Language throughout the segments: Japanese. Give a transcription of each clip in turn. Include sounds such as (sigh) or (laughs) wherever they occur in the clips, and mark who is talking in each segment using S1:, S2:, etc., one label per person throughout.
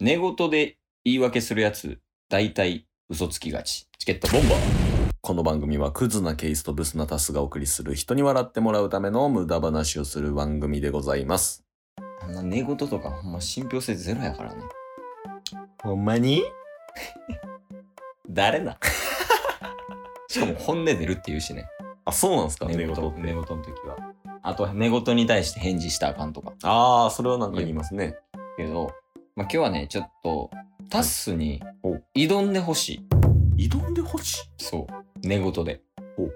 S1: 寝言で言い訳するやつ、大体嘘つきがち。チケットボンバー。この番組はクズなケースとブスなタスがお送りする人に笑ってもらうための無駄話をする番組でございます。あんな寝言とかほんま信憑性ゼロやからね。
S2: ほんまに
S1: 誰 (laughs) なしかも本音出るって言うしね。
S2: あ、そうなんですか
S1: 寝
S2: 寝
S1: 言
S2: 言
S1: 寝
S2: って。
S1: 言の時は。あと寝言に対して返事したらあかんとか。
S2: ああ、それはなんか言いますね。
S1: けど、まあ、今日はね、ちょっとタッスに
S2: お
S1: 挑んでほしい。
S2: 挑んでほしい。
S1: そう。寝言で
S2: お。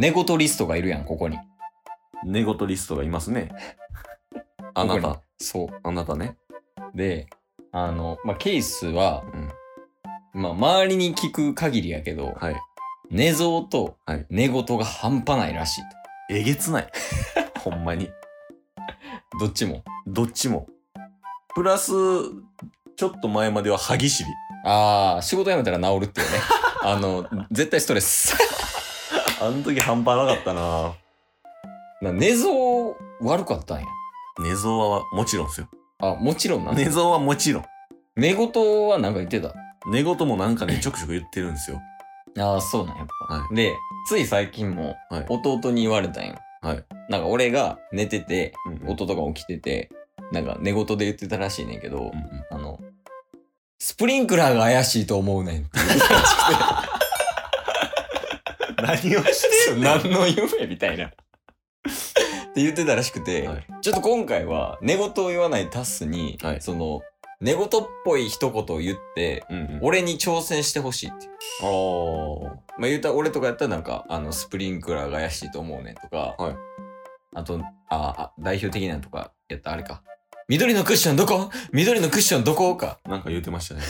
S1: 寝言リストがいるやん、ここに。
S2: 寝言リストがいます (laughs) ね。あ
S1: あ
S2: な
S1: なた
S2: た、。
S1: そ
S2: あなたね。
S1: う。で、あの、まあ、ケースは、
S2: うん。
S1: まあ、周りに聞く限りやけど、
S2: はい。
S1: 寝相と
S2: はい
S1: 寝言が半端ないらしい。
S2: えげつ (laughs) ない。ほんまに。
S1: どっちも。
S2: どっちも。プラス、ちょっと前までは歯ぎしり。
S1: ああ、仕事辞めたら治るって
S2: (laughs)
S1: いうね。あの、絶対ストレス。 (laughs)
S2: あの時半端なかった (laughs) な
S1: な寝相悪かったんや。
S2: 寝相はもちろんですよ。
S1: あ、もちろんな。
S2: 寝相はもちろん。
S1: 寝言はなんか言ってた。
S2: 寝言もなんかね、ちょくちょく言ってるんですよ。
S1: ああ、そうなんやっぱ。
S2: は
S1: で、つい最近も
S2: はい
S1: 弟に言われたんよ。
S2: はい
S1: なんか俺が寝てて、
S2: い。うん
S1: 弟が起きてて、なんか寝言で言ってたらしいねんけど、
S2: うんうん
S1: あの、スプリンクラーが怪しいと思うねんって言ってたらし
S2: 何をして
S1: くて何の夢みたいな。って言ってたらしくて、
S2: はい
S1: ちょっと今回は寝言を言わないタスに、
S2: はい
S1: その、寝言っぽい一言を言って、
S2: うんうん、
S1: 俺に挑戦してほしいっていう。
S2: あ
S1: まあ言うたら俺とかやったらなんか、あの、スプリンクラーが怪しいと思うねんとか、
S2: はい
S1: あと、ああ、代表的なのとかやったらあれか。緑のクッションどこ緑のクッションどこか。
S2: あ、なんか言ってましたね。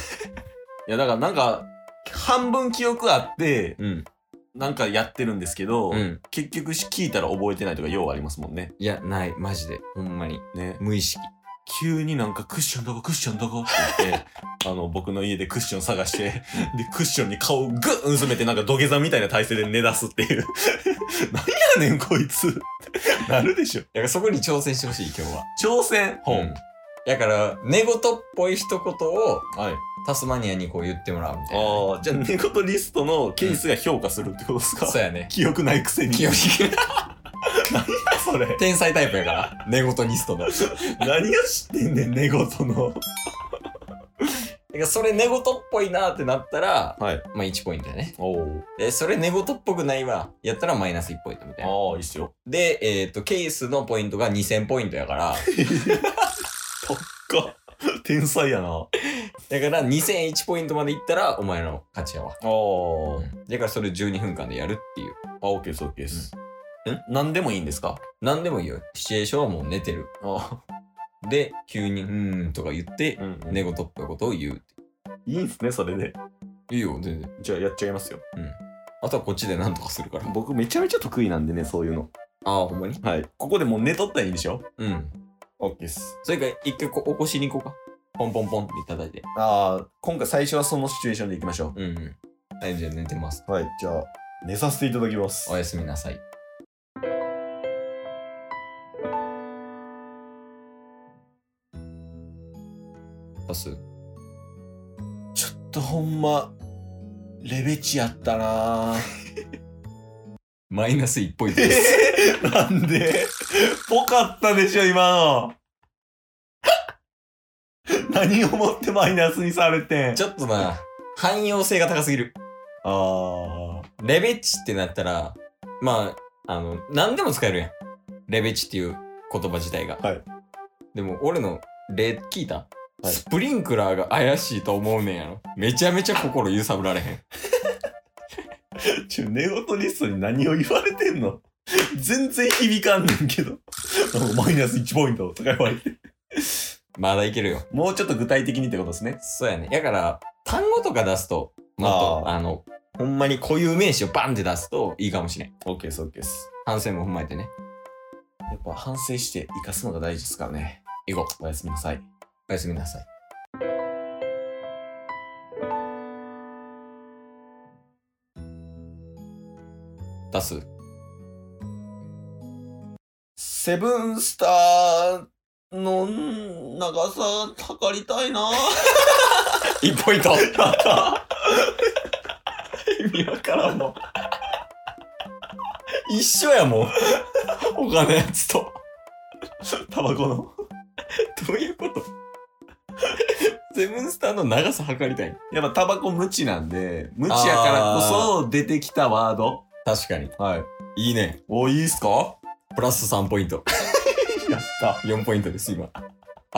S2: いや、だからなんか、半分記憶あって、
S1: うん。
S2: なんかやってるんですけど、
S1: うん。
S2: 結局聞いたら覚えてないとかようありますもんね。
S1: いや、ない。マジで。ほんまに。
S2: ね。
S1: 無意識。
S2: 急になんかクッションどこクッションどこって言って、 (laughs) あの、僕の家でクッション探して、で、クッションに顔をぐっうんすめてなんか土下座みたいな体勢で寝出すっていう。 (laughs) なんやねんこいつ。なるでしょ。
S1: だからそこに挑戦してほしい、今日は。
S2: 挑戦
S1: 本、だから、寝言っぽい一言を
S2: はい。
S1: タスマニアにこう言ってもらうみたいな。
S2: ああ、じゃあ (laughs) 寝言リストのケースが評価するってことですか、
S1: そうやね。
S2: 記憶ないくせに。
S1: 清
S2: (laughs) それ。
S1: 天才タイプやから。 (laughs) 寝言ニストの。だか
S2: 何を知ってんねん、寝言の。
S1: らそれ寝言っぽいなってなったら、
S2: はい。
S1: まあ1ポイントやね。
S2: おお。
S1: え、それ寝言っぽくないわ。やったらマイナス1ポイントみたいな。
S2: ああ、いいっすよ。
S1: で、えっ、と、ケースのポイントが2000ポイントや
S2: (laughs)
S1: から、
S2: か、天才やな。あ
S1: だから2001ポイントまでいったらお前の勝ちやわ。
S2: あ。オ
S1: だからそれ12分間でやるっていう。
S2: ッケーです、オッケーです。ん何でもいいんですか
S1: なんでもいいよ。シチュエーションはもう寝てる。
S2: あ
S1: で、急に、うーんとか言って
S2: あ。、うん
S1: 寝言っぽいことを言うって
S2: いいんすね、それで。
S1: いう。いいよ、全然。
S2: じゃあ、やっちゃいますよ。
S1: あとはこっちでなんとかするから。
S2: 僕、めちゃめちゃ得意なんでね、そういうの。
S1: ああ、ほんまに
S2: はい。ここでもう寝とったらいいんでしょ
S1: うん。
S2: オッケーです。
S1: それか、一回こ起こしに行こうか。ポンポンポンって叩いて。
S2: ああ、今回最初はそのシチュエーションでいきましょ
S1: うん、うん。はい、じゃあ寝てます。
S2: う。はい、じゃあ、寝させていただきます
S1: おやすみなさい。パス。
S2: ちょっとほんま、レベチやったなぁ。
S1: マイナス1ポイントです。 (laughs)
S2: えー (laughs) なんでぽかったでしょ、 (laughs) 今の。何をもってマイナスにされてん。
S1: ちょっとな、汎用性が高すぎる。
S2: あー
S1: レベチってなったら、まあ、あの、何でも使えるやん。レベチっていう言葉自体が。
S2: はい
S1: でも、俺の例聞いた、
S2: い
S1: スプリンクラーが怪しいと思うねんやろ。めちゃめちゃ心揺さぶられへん。 (laughs)
S2: ちょ、寝言リストに何を言われてんの全然響かんねんけど。 (laughs) なんかマイナス1ポイントとか言われて。
S1: まだいけるよ。
S2: もうちょっと具体的にってことですね。
S1: そうやね。だから、単語とか出すと、もっと、
S2: あ
S1: あの、ほんまに固有名詞をバンって出すといいかもしれん。
S2: オッケーです、オッケーです。
S1: 反省も踏まえてね。
S2: やっぱ反省して生かすのが大事ですからね。
S1: 行こう。
S2: おやすみなさい。
S1: おやすみなさい。出す
S2: セブンスターの長さ測りたいなぁ。
S1: 1ポイント。
S2: 意味わからんの。
S1: (laughs) 一緒や (laughs) もん。他のやつと。
S2: タバコの。
S1: どういうことセブンスターの長さ測りたい。やっぱタバコ無知なんで、無知やからこそ出てきたワード。
S2: 確かに。
S1: はい。いいね。お、いいっすかプラス3ポイント。
S2: やった。
S1: 4ポイントです、今。あ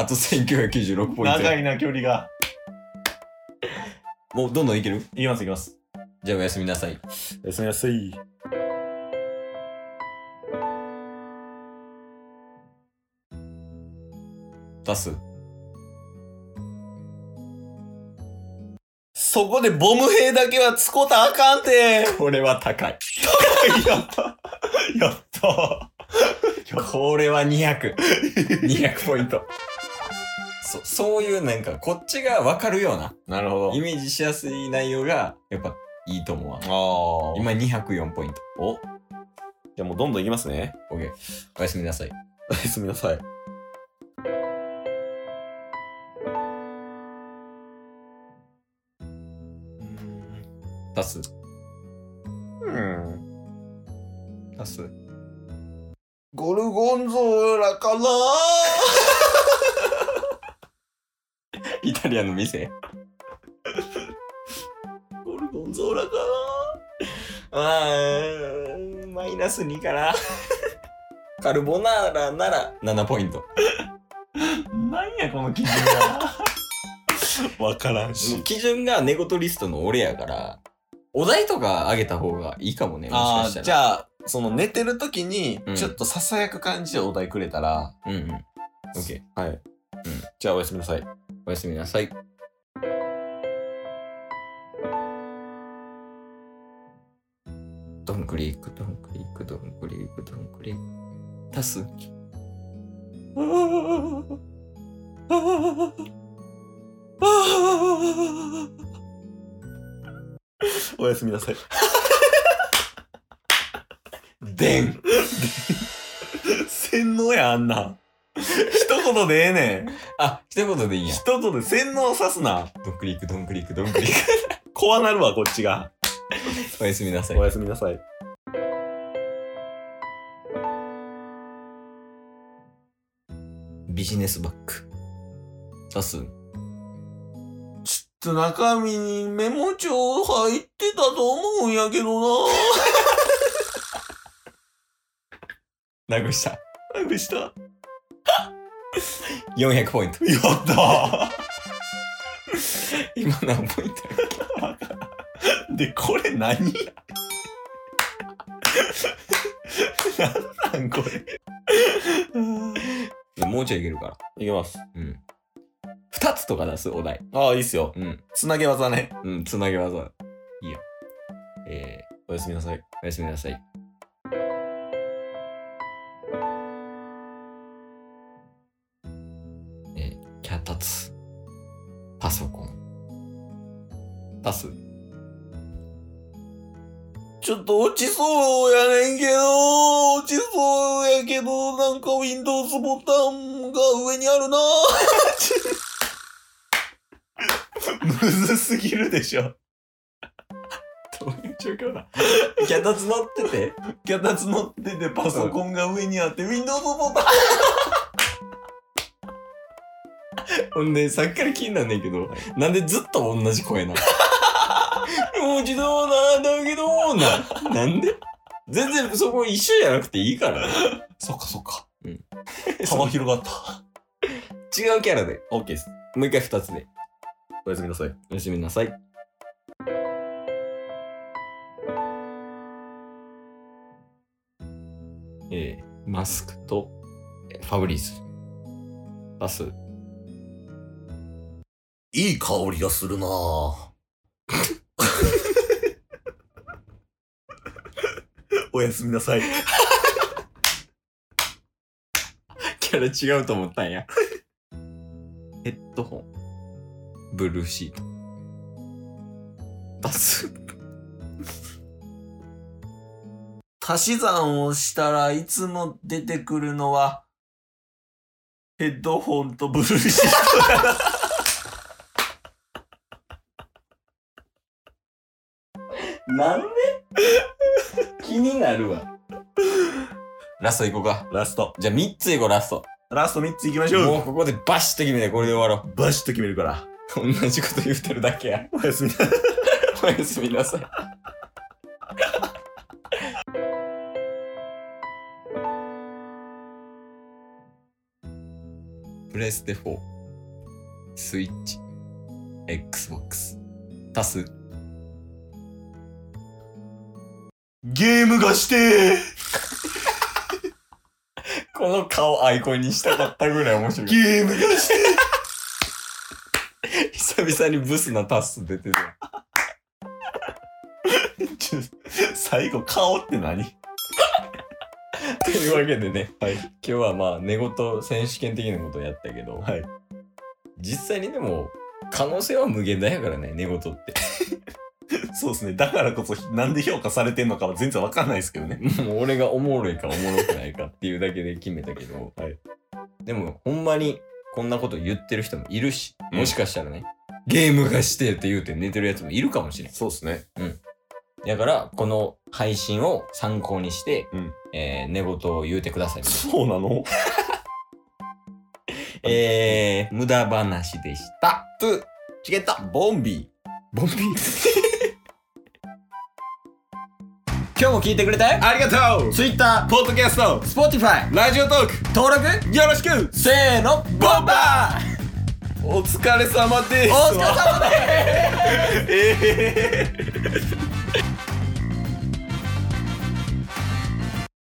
S1: と1996ポイント。
S2: 長いな、距離が。
S1: もうどんどんいける
S2: いきます、いきます。
S1: じゃあおやすみなさい。
S2: 休みやすい。
S1: 出す。
S2: そこでボム兵だけはつこたあか (laughs) んて。
S1: これは高い。
S2: やった。やった。
S1: これは200。200ポイント。そそういうなんかこっちが分かるような
S2: なるほ
S1: イメージしやすい内容がやっぱいいと思うわ。
S2: ど。ああ。
S1: 今204ポイント。
S2: お。じゃあもうどんどんいきますね。 (laughs)
S1: OK。おやすみなさい。
S2: おやすみなさい。
S1: 足す。
S2: うん。
S1: 足す。
S2: ゴルゴンゾーラかな
S1: イタリアの店。
S2: ゴルゴンゾーラか
S1: あー、マイナス2かな。 (laughs) カルボナーラなら7ポイント。
S2: ななんやこの基準が。 (laughs) わからんし。
S1: 基準が寝言リストの俺やから、お題とかあげた方がいいかもね、もし
S2: あ
S1: か
S2: あ
S1: した
S2: ー、
S1: ら。
S2: じ
S1: ゃ
S2: ゃあ、その寝てる時に
S1: うん、
S2: ちょっとささやく感じでお題くれたら、
S1: うんうん。OK。
S2: はい。うん、じゃあおやすみなさい。
S1: おやすみなさい。どんぐりいく、どんぐりいく、どんぐりいく、どんぐりいく。足す
S2: (laughs) あーあーあーおやすみなさい。
S1: でん
S2: 洗脳やあんなん。一言でええねん。
S1: あ、一言でいいんや。
S2: 一言で洗脳さすな。
S1: どんぐりいく、どんぐりいく、どんぐりい (laughs) く。
S2: 怖なるわ、こっちが。
S1: おやすみなさい
S2: お。やすみなさい。
S1: ビジネスバッグ。足す
S2: ちょっと中身にメモ帳入ってたと思うんやけどな。
S1: なくした。
S2: 何でしたやっ
S1: 400ポイント。
S2: た
S1: 今何ポイント
S2: で、これ何なんなんこれ。
S1: やもうちょいいけるから。
S2: いきます。
S1: うん。2つとか出す、お題。
S2: ああ、いいっすよ。
S1: うん。
S2: つなげ技ね。
S1: うん、つなげ技。いいよ。えー、
S2: おやすみなさい。
S1: おやすみなさい。えー、キャタツ。パソコン。パス。 (laughs)
S2: ちょっと落ちそうやねんけど、落ちそうやけど、なんか Windows ボタンが上にあるなむずすぎるでしょ。
S1: どういう状況だキャタツ乗ってて。
S2: キャタツ乗っててパソコンが上にあって、Windows ボタン
S1: ほんで、さっきから気になんねんけど、なんでずっと同じ声なの (laughs) もう一度なんだけどな。なんで全然そこ一緒じゃなくていいから。
S2: そっかそっか。
S1: うん
S2: 幅広がった。
S1: 違うキャラで。
S2: OK です。
S1: もう一回二つで。
S2: おやすみなさい。
S1: おやすみなさい。えー、マスクと、えーファブリーズ。パス。
S2: いい香りがするな (laughs) ぁ。おやすみなさい。
S1: キャラ違うと思ったんや。 (laughs) ヘッドホン。ブルーシート。パス。
S2: 足し算をしたらいつも出てくるのは、ヘッドホンとブルーシートやな
S1: なんで気になるわ。ラストいこうか。
S2: (laughs) ラスト。
S1: じゃあ3ついこう、ラスト。
S2: ラスト3ついきまし
S1: も
S2: ょ
S1: うここでバシッと決めて、これで終わろ
S2: う。バシッと決めるから。
S1: う。同じこと言ってるだけや。
S2: おやすみ。
S1: おやすみなさい。プレステ4、スイッチ、Xbox、タス。
S2: ゲームがして
S1: この顔アイコンにしたかったぐらい面白
S2: ー
S1: い。
S2: ゲームがして
S1: (laughs) 久々にブスなタス出てる。
S2: ーちょ (laughs) 最後、顔って何
S1: というわけでね、今日はまあ寝言選手権的なことをやったけど、
S2: はい
S1: 実際にでも可能性は無限大やからね寝
S2: (laughs)
S1: 言って
S2: そうですね。だからこそ、なんで評価されてんのかは全然わかんないですけどね。
S1: もう俺がおもろいかおもろくないかっていうだけで決めたけど、
S2: はい
S1: でもほんまにこんなこと言ってる人もいるし
S2: うん
S1: もしかしたらね、ゲームがしてって言うて寝てるやつもいるかもしれん
S2: そうですね。
S1: だからこの配信を参考にして、
S2: うん
S1: えー寝言を言うてください
S2: そうなの
S1: えー、無駄話でしたトゥチケット
S2: ボンビー。
S1: ボンビー今日も聞いてくれてあ
S2: (laughs) ありがとう
S1: Twitter、
S2: ポッドキャスト
S1: Spotify、
S2: ラジオトーク
S1: 登録
S2: よろしく
S1: せーの、ボンバー
S2: お疲れ様です
S1: お疲れ様です
S2: ええ